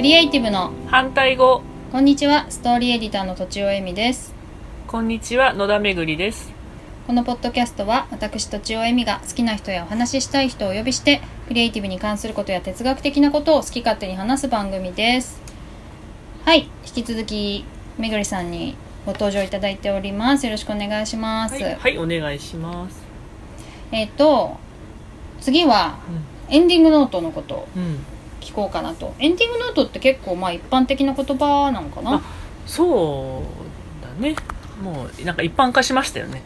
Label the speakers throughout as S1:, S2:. S1: リエイティブの
S2: 反対語
S1: こんにちはストーリーエディターのとちおえみです
S2: こんにちは野田めぐりです
S1: このポッドキャストは私とちおえみが好きな人やお話ししたい人をお呼びしてクリエイティブに関することや哲学的なことを好き勝手に話す番組ですはい引き続きめぐりさんにご登場いただいておりますよろしくお願いします、
S2: はい、はいお願いします
S1: えっ、と次は
S2: う
S1: エンディングノートのことを
S2: ん、うん、
S1: 聞こうかなとエンディングノートって結構まあ一般的な言葉なのかな
S2: あそうだねもうなんか一般化しましたよね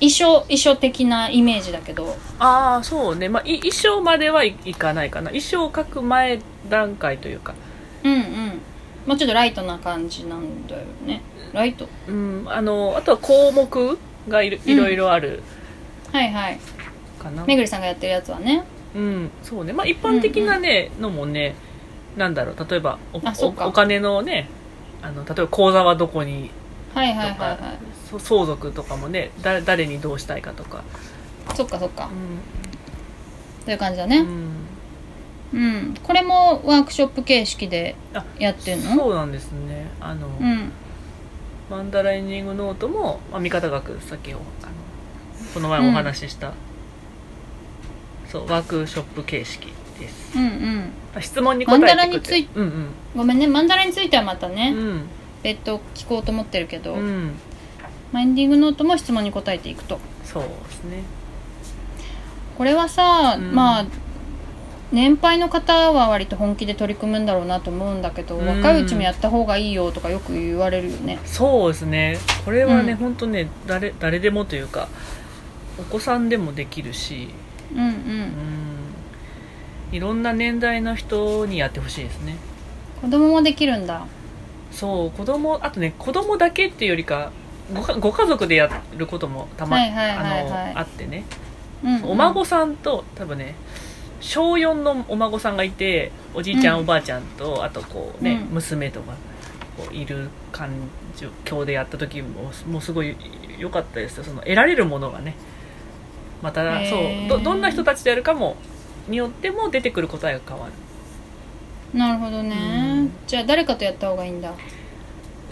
S1: 衣装衣装的なイメージだけど
S2: ああそうねまあい衣装まではい、いかないかな衣装を書く前段階というか
S1: うんうんまあちょっとライトな感じなんだよねライト
S2: うんあのあとは項目がいろいろいろある
S1: はいはい
S2: かな、
S1: めぐりさんがやってるやつはね
S2: うん、そうね、まあ、一般的なね、のもね、なんだろう、例えばお
S1: あそっか
S2: おお金のね、あの例えば口座はどこに
S1: はい
S2: と
S1: はい
S2: か、
S1: はいは
S2: そ相続とかもねだ、誰にどうしたいかとか、
S1: いそっかそっか
S2: う
S1: という感じだ
S2: ん
S1: ねうん、これもワークショップ形式で
S2: あ
S1: やってんの
S2: そうなんですね、あの
S1: うん
S2: マンダライニングノートも、まあ、見方学、さっきおあのこの前お話しした、そうワークショップ形式です。
S1: うんうん
S2: あ質問に答えてく
S1: マンダラについ
S2: て、うん
S1: ごめんねマンダラについてはまた
S2: う
S1: ね、
S2: ん、うん、
S1: 別途聞こうと思ってるけど、
S2: うん、
S1: マインディングノートも質問に答えていくと
S2: そうですね。
S1: これはさ、
S2: うん
S1: まあ年配の方は割と本気で取り組むんだろうなと思うんだけど、
S2: うん
S1: 若いうちもやった方がいいよとかよく言われるよね
S2: そうですねこれはね、
S1: うん
S2: ほんとね誰誰でもというかお子さんでもできるし
S1: うんう
S2: うんんいろんな年代の人にやってほしいですね
S1: 子供もできるんだ
S2: そう子供あとね子供だけっていうよりかごかご家族でやることもたま、
S1: はいはいはいはい
S2: あのあってね、
S1: うんうん
S2: お孫さんと多分ね小4のお孫さんがいておじいちゃ
S1: う
S2: ん、
S1: ん
S2: おばあちゃんとあとこうね、
S1: うん
S2: 娘とかこういる環境でやった時ももうすごい良かったですよその得られるものがねまたそ
S1: へー
S2: うどどんな人たちでやるかもによっても出てくる答えが変わる
S1: なるほどね、
S2: うん
S1: じゃあ誰かとやった方がいいんだ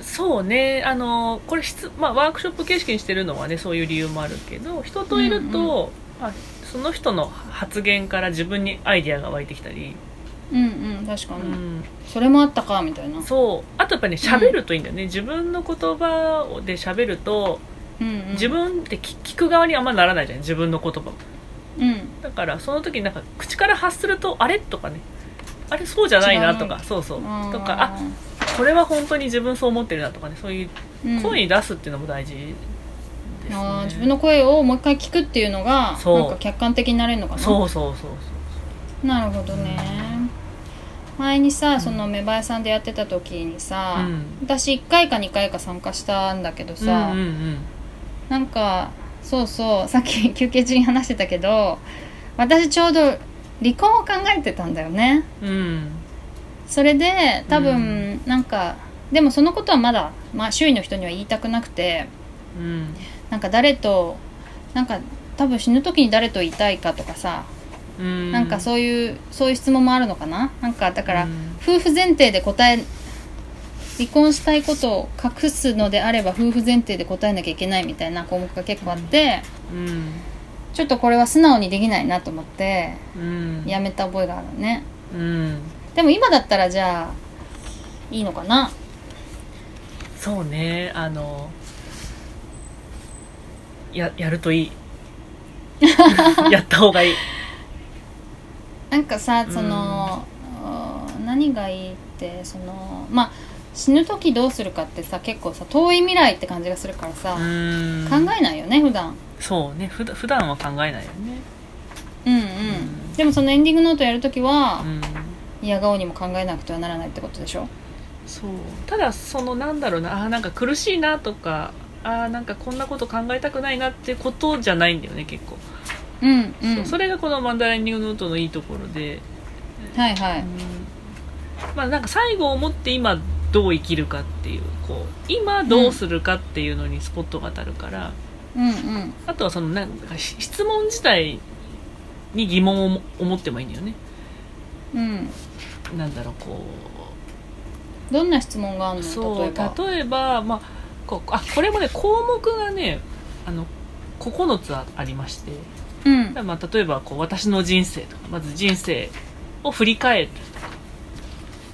S2: そうねあのこれ質、まあ、ワークショップ形式にしてるのはねそういう理由もあるけど人といると、
S1: うん
S2: まあ、その人の発言から自分にアイデアが湧いてきたり、
S1: うんうん確か
S2: う
S1: に、
S2: ん、
S1: それもあったかみたいな
S2: そうあとやっぱね喋るといいんだよね、自分の言葉で喋ると
S1: うんうん、
S2: 自分って聞聞く側にあんまならないじゃん自分の言葉
S1: うん
S2: だからその時になんか口から発するとあれとかねあれそうじゃないなと
S1: 違う
S2: かそうそう
S1: あー
S2: とかあこれは本当に自分そう思ってるなとかねそういう
S1: うん
S2: 声に出すっていうのも大事ですね、
S1: あー自分の声をもう一回聞くっていうのが
S2: そう
S1: なんか客観的になれるのかな
S2: そうそうそうそう
S1: なるほどね前にさその芽生えさんでやってた時にさ、
S2: うん
S1: 私1回か2回か参加したんだけどさ、
S2: うんうんうん
S1: なんかそうそうさっき休憩中に話してたけど私ちょうど離婚を考えてたんだよね
S2: うん
S1: それで多
S2: う
S1: 分なんか、でもそのことはまだ、まあ、周囲の人には言いたくなくて
S2: うん
S1: なんか誰となんか多分死ぬ時に誰といたいかとかさ、
S2: うん
S1: なんかそういうそういう質問もあるのかななんかだから、
S2: うん
S1: 夫婦前提で答え離婚したいことを隠すのであれば夫婦前提で答えなきゃいけないみたいな項目が結構あって、
S2: うん
S1: ちょっとこれは素直にできないなと思って
S2: うん
S1: やめた覚えがあるね
S2: うん
S1: でも今だったらじゃあいいのかな
S2: そうねあのややる といいやった方がいい
S1: なんかさ
S2: うん
S1: その、うん何がいいってそのまあ死ぬ時どうするかってさ結構さ遠い未来って感じがするからさ、
S2: うん
S1: 考えないよね普段
S2: そうねふだ普段は考えないよね
S1: うんうん、
S2: ん
S1: でもそのエンディングノートやるときは
S2: うん
S1: いや顔にも考えなくてはならないってことでしょ
S2: そうただそのなんだろうなあーなんか苦しいなとかあーなんかこんなこと考えたくないなってことじゃないんだよね結構、
S1: うんうん
S2: そうそれがこの「マンダライニングノート」のいいところで、
S1: はいはい、
S2: まあなんか最後をもって今どう生きるかっていうこう今どうするかっていうのにスポットが当たるから、
S1: うんうん
S2: あとはそのなんかし質問自体に疑問をも思ってもいいんだよね
S1: うん
S2: なんだろうこ
S1: どんな質問があるの
S2: そ
S1: 例え
S2: う
S1: ば
S2: 例えば、まあ、こあこれもね項目がねあの9つあありまして、
S1: うん
S2: まあ、例えばこう私の人生とかまず人生を振り返る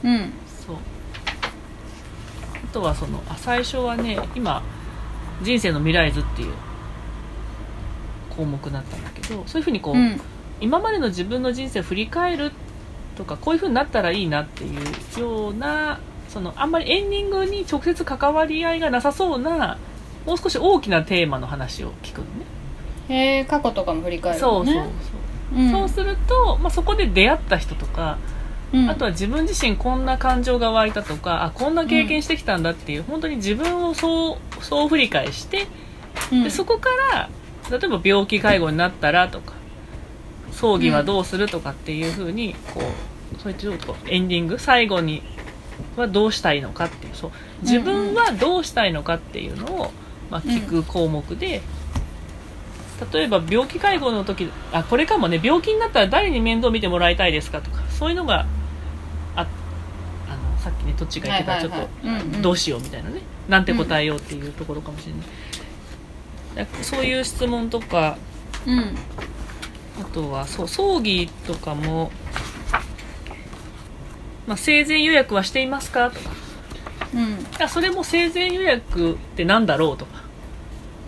S1: うん
S2: そうあとはそのあ最初はね今「人生の未来図」っていう項目だったんだけどそういうふうにこう、
S1: うん
S2: 今までの自分の人生を振り返るとかこういうふうになったらいいなっていうようなそのあんまりエンディングに直接関わり合いがなさそうなもう少し大きなテーマの話を聞くのね。
S1: へえ過去とかも振り返るの
S2: そうそう
S1: ね
S2: そう、
S1: うん
S2: そうすると、まあ、そこで出会った人とか
S1: うん
S2: あとは自分自身こんな感情が湧いたとかあこんな経験してきたんだっていう、本当に自分をそうそう振り返して、
S1: うん
S2: でそこから例えば病気介護になったらとか葬儀はどうするとかっていうふうに、こうそういったちょっとエンディング最後にはどうしたいのかっていうそう自分はどうしたいのかっていうのを、まあ、聞く項目で。例えば病気介護の時あこれかもね病気になったら誰に面倒見てもらいたいですかとかそういうのがああのさっきねどっちが言ってた
S1: はい
S2: ちょ
S1: はい
S2: っ
S1: はい
S2: と、
S1: うんうん
S2: どうしようみたいなねなんて答えようっていうところかもしれない、だからそういう質問とか
S1: うん
S2: あとはそう葬儀とかも、まあ、生前予約はしていますかとか
S1: うん
S2: いやそれも生前予約ってなんだろうとか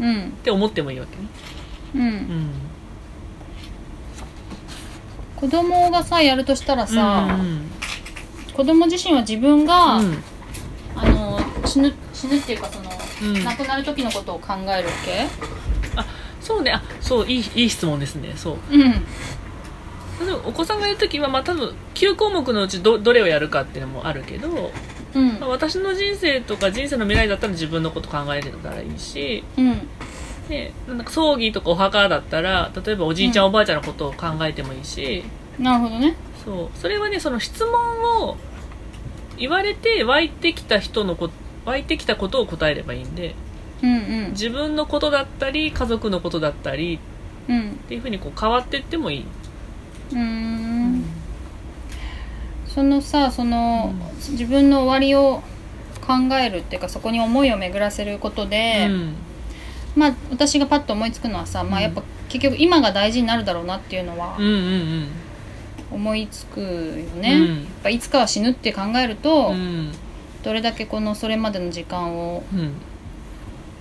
S1: うん
S2: って思ってもいいわけね、
S1: うん
S2: うん、
S1: 子供がさやるとしたらさ、
S2: うん
S1: 子供自身は自分が、
S2: うん
S1: あの死ぬ死ぬっていうかその、
S2: うん
S1: 亡くなる時のことを考えるわけ
S2: そうねあそういいいい質問ですねそう
S1: うん
S2: 例えばお子さんがいる時はまあ多分9項目のうちどどれをやるかっていうのもあるけど、
S1: うん
S2: まあ、私の人生とか人生の未来だったら自分のこと考えてたらいいし、
S1: うん
S2: ね、なんか葬儀とかお墓だったら例えばおじいちゃん、おばあちゃんのことを考えてもいいし
S1: なるほどね
S2: そうそれはねその質問を言われて湧いてきた人のこ湧いてきたことを答えればいいんで
S1: うんうん
S2: 自分のことだったり家族のことだったり
S1: うん
S2: っていうふうにこう変わっていってもいい。
S1: うーんそのさその、自分の終わりを考えるっていうかそこに思いを巡らせることで、
S2: うん
S1: まあ私がパッと思いつくのはさ、まあやっぱ結局今が大事になるだろうなっていうのは
S2: うんうん
S1: 思いつくよ
S2: うん
S1: ね、やっぱいつかは死ぬって考えると、
S2: うん
S1: どれだけこのそれまでの時間を
S2: うん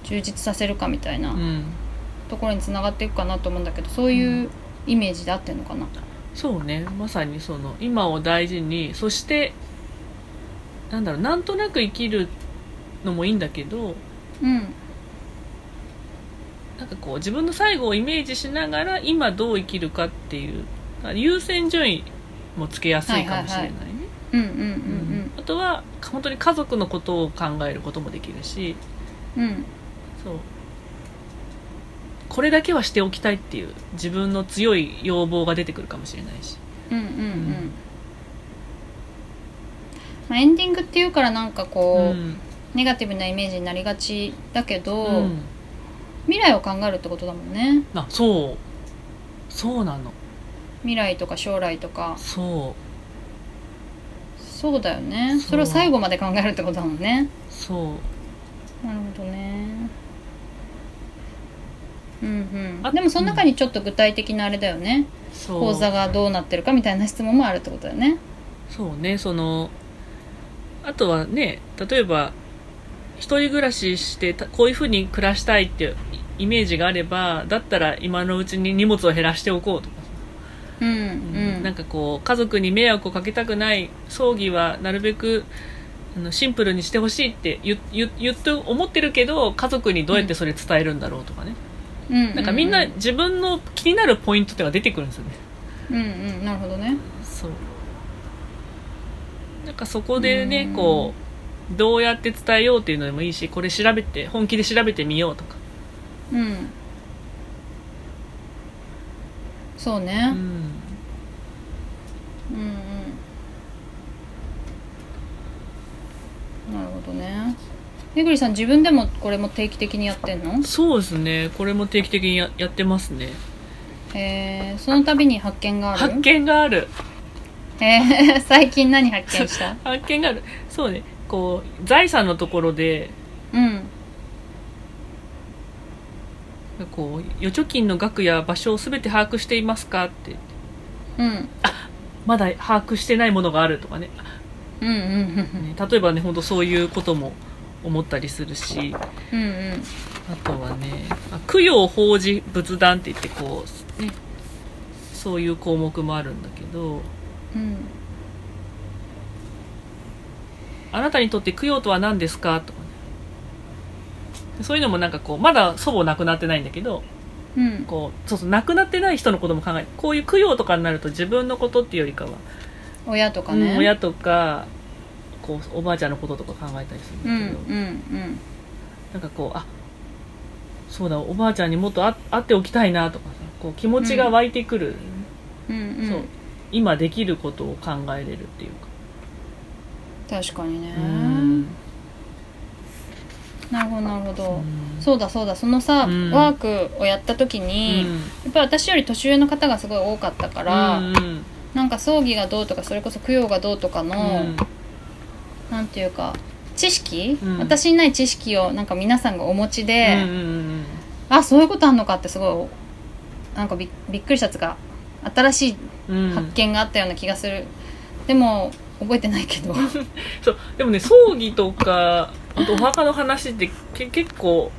S1: 充実させるかみたいな
S2: うん
S1: ところにつながっていくかなと思うんだけどそういううイメージで合ってるのかな、
S2: そうねまさにその今を大事にそしてなんだろうなんとなく生きるのもいいんだけど
S1: うん
S2: なんかこう自分の最後をイメージしながら今どう生きるかっていう優先順位もつけやすいかもしれないね、
S1: うんうん
S2: うんあとは本当に家族のことを考えることもできるし
S1: うんうんうん
S2: そうこれだけはしておきたいっていう自分の強い要望が出てくるかもしれないし
S1: うんうんうん
S2: うん
S1: まあ、エンディングっていうからなんかこう、
S2: ん
S1: ネガティブなイメージになりがちだけど、
S2: うん
S1: 未来を考えるってことだもんね
S2: あそうそうなの
S1: 未来とか将来とか
S2: そ
S1: そうだよね
S2: そう
S1: それを最後まで考えるってことだもんね
S2: うそう
S1: なるほどねうんう
S2: あ
S1: ん、でもその中にちょっと具体的なあれだよね、
S2: そう
S1: 講座がどうなってるかみたいな質問もあるってことだよね
S2: そうねそのあとはね例えば一人暮らししてたこういう風に暮らしたいっていうイメージがあればだったら今のうちに荷物を減らしておこうとか、
S1: うんう
S2: うん
S1: ん
S2: なんかこう家族に迷惑をかけたくない葬儀はなるべくあのシンプルにしてほしいって言言言って思ってるけど家族にどうやってそれ伝えるんだろうとかね、
S1: うん
S2: なんかみんな
S1: うん
S2: 自分の気になるポイントっていうのが出てくるんですよね
S1: うんうんなるほどね
S2: そうなんかそこでね
S1: うん
S2: こうどうやって伝えようっていうのでもいいしこれ調べて本気で調べてみようとか、
S1: うんそうね、
S2: うん、
S1: うんうんなるほどねめぐりさん自分でもこれも定期的にやってんの
S2: そうですねこれも定期的にややってますね
S1: えー、その度に発見がある
S2: 発見がある
S1: えー 最近何発見した
S2: 発見があるそうねここう財産のところで
S1: うん
S2: こう預貯金の額や場所を全て把握していますかって
S1: うん
S2: まだ把握してないものがあるとかね
S1: うんうんうん
S2: ね例えばね本当そういうことも思ったりするし
S1: うんうん
S2: あとはねあ供養法事仏壇って言ってこう、ね、そういう項目もあるんだけど
S1: うん
S2: あなたにとって供養とは何ですかとかねでそういうのもなんかこうまだ祖母亡くなってないんだけど
S1: うん
S2: こうそうそう亡くなってない人のことも考えこういう供養とかになると自分のことっていうよりかは、
S1: 親とか
S2: う
S1: ね
S2: ん親とかこうおばあちゃんのこととか考えたりす
S1: う
S2: る
S1: んうん
S2: だけど、
S1: ん
S2: なんかこうあそうだおばあちゃんにもっとあ会っておきたいなとかさこう気持ちが湧いてくる、
S1: うんうんうん
S2: そう今できることを考えれるっていうか、
S1: 確かにね
S2: うん
S1: なるほどなるほど
S2: うん
S1: そうだそうだそのさ
S2: うん
S1: ワークをやった時にやっぱり私より年上の方がすごい多かったから、
S2: うんうん
S1: なんか葬儀がどうとかそれこそ供養がどうとかの、なんていうか知識、
S2: うん
S1: 私にない知識をなんか皆さんがお持ちで、
S2: うんうん
S1: あそういうことあんのかってすごいなんかびびっくりしたやつが新しい
S2: うんうん
S1: 発見があったような気がする、でも覚えてないけ ど
S2: そうでもね葬儀とかあとお墓の話ってけ結構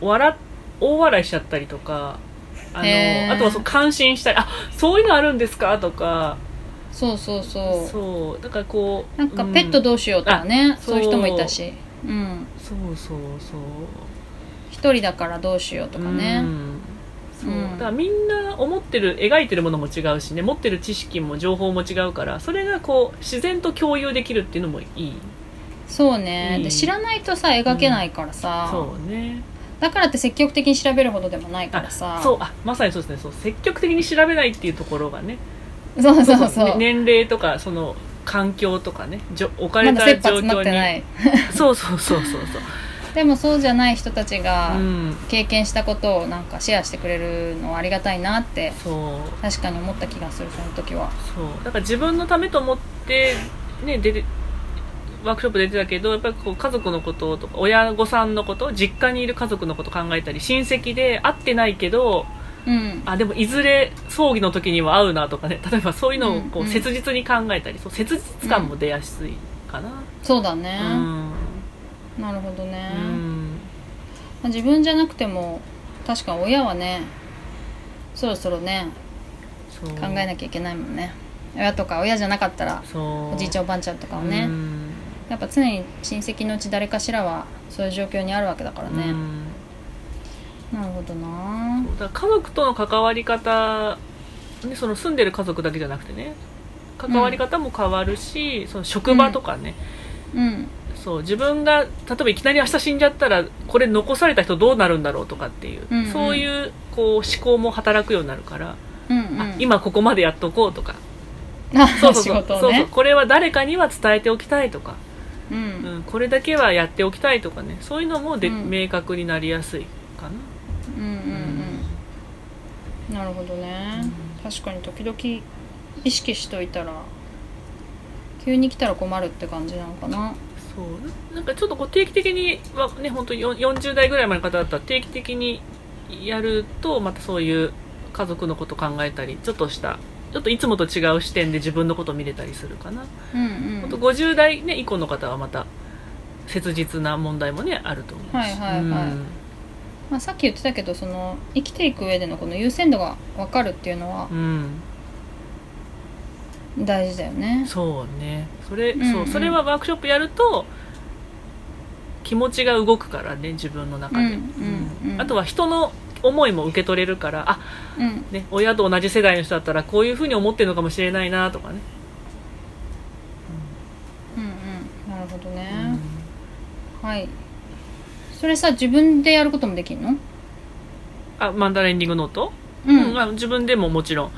S2: 笑っ大笑いしちゃったりとかあ
S1: へー
S2: のあとはそう感心したりあそういうのあるんですかとか
S1: そうそうそう
S2: そうだからこう
S1: なんかペット
S2: うん
S1: どうしようとかね、
S2: あ
S1: そういう人もいたしうん
S2: そうそうそう
S1: 一人だからどうしようとかね
S2: うんそう
S1: うん
S2: だからみんな思ってる描いてるものも違うしね持ってる知識も情報も違うからそれがこう自然と共有できるっていうのもいい
S1: そうね、
S2: いい
S1: で知らないとさ描けないからさ、
S2: そうね
S1: だからって積極的に調べるほどでもないからさ
S2: そうあまさにそうですねそう積極的に調べないっていうところがね
S1: そうそうそう、
S2: ね年齢とかその環境とかねじょ置か
S1: ま
S2: れ
S1: だ
S2: た
S1: 切羽
S2: 状
S1: 詰まってな
S2: 況に
S1: い
S2: そうそうそうそう そう
S1: でもそうじゃない人たちが
S2: うん
S1: 経験したことをなんかシェアしてくれるのはありがたいなって
S2: そう
S1: 確かに思った気がするその時は
S2: そうだから自分のためと思ってね出てワークショップ出てたけどやっぱりこう家族のこととか親御さんのこと実家にいる家族のこと考えたり親戚で会ってないけど
S1: うん
S2: あでもいずれ葬儀の時には会うなとかね例えばそういうのをこ
S1: うんう
S2: う
S1: ん
S2: 切実に考えたり、そう切実感も出やすいかな。
S1: そうだね
S2: う、ん
S1: なるほどね
S2: う、ん
S1: まあ自分じゃなくても確か親はねそろそろね
S2: そう
S1: 考えなきゃいけないもんね親とか親じゃなかったら
S2: そう
S1: おじいちゃんおばあちゃんとかをね、
S2: うん
S1: やっぱ常に親戚のうち誰かしらはそういう状況にあるわけだから
S2: う
S1: ね、
S2: ん
S1: なるほどな
S2: だから家族との関わり方、ね、その住んでる家族だけじゃなくてね関わり方も変わるし、その職場とかね、
S1: うん
S2: そう自分が例えばいきなり明日死んじゃったらこれ残された人どうなるんだろうとかっていう、
S1: うんうん
S2: そういうこう思考も働くようになるから、
S1: うんう
S2: あ
S1: ん
S2: 今ここまでやっとこうとか
S1: あ
S2: そうそう
S1: 仕
S2: そう,、
S1: 事
S2: そ
S1: を
S2: うそう
S1: ね
S2: これは誰かには伝えておきたいとか、
S1: う
S2: うんん、これだけはやっておきたいとかねそういうのもで、
S1: うん
S2: 明確になりやすいかな。
S1: うんうんうんなるほどね、確かに時々意識しといたら急に来たら困るって感じなのかな
S2: そうななんかちょっとこう定期的にはね本当によん40代ぐらいまでの方だったら定期的にやるとまたそういう家族のこと考えたりちょっとしたちょっといつもと違う視点で自分のこと見れたりするかな、
S1: うん
S2: ほ
S1: うん
S2: と
S1: ん
S2: 50代、ね、以降の方はまた切実な問題もねあると思うし
S1: はいはいはい
S2: うん
S1: まあ、さっき言ってたけどその生きていく上でのこの優先度が分かるっていうのは
S2: うん
S1: 大事だよね
S2: そうねそれ,、
S1: うんうん
S2: そうそれはワークショップやると気持ちが動くからね自分の中で、
S1: うんうんうん
S2: あとは人の思いも受け取れるからあ
S1: うん
S2: ね、親と同じ世代の人だったらこういうふうに思ってるのかもしれないなとかね、
S1: うんうんなるほどね、
S2: うん
S1: はいそれさ自分でやることもできるの
S2: あマンダラエンディングノート、
S1: うん、
S2: うんあの自分でももちろん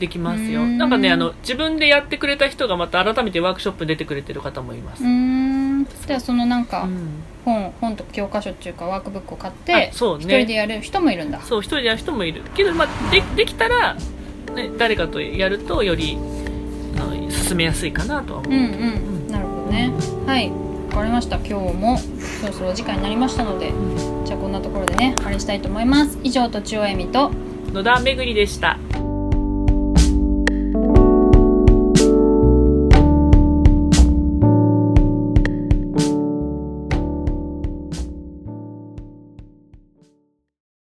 S2: できます
S1: う
S2: よ
S1: ん
S2: なんかねあの自分でやってくれた人がまた改めてワークショップに出てくれてる方もいます、
S1: うーんじゃあそのなんか
S2: うん
S1: 本本とか教科書っていうかワークブックを買っ
S2: あ
S1: て
S2: そう
S1: 一人
S2: ね
S1: でやる人もいるんだ
S2: そう一人でやる人もいるけど、まあ、でできたら、ね、誰かとやるとよりあの進めやすいかなとは思う、
S1: うんうんなるほどねはいわかりました今日もそろそろお時間になりましたのでじゃあこんなところでね終わりにしたいと思います以上とちおえみと
S2: 野田めぐりでした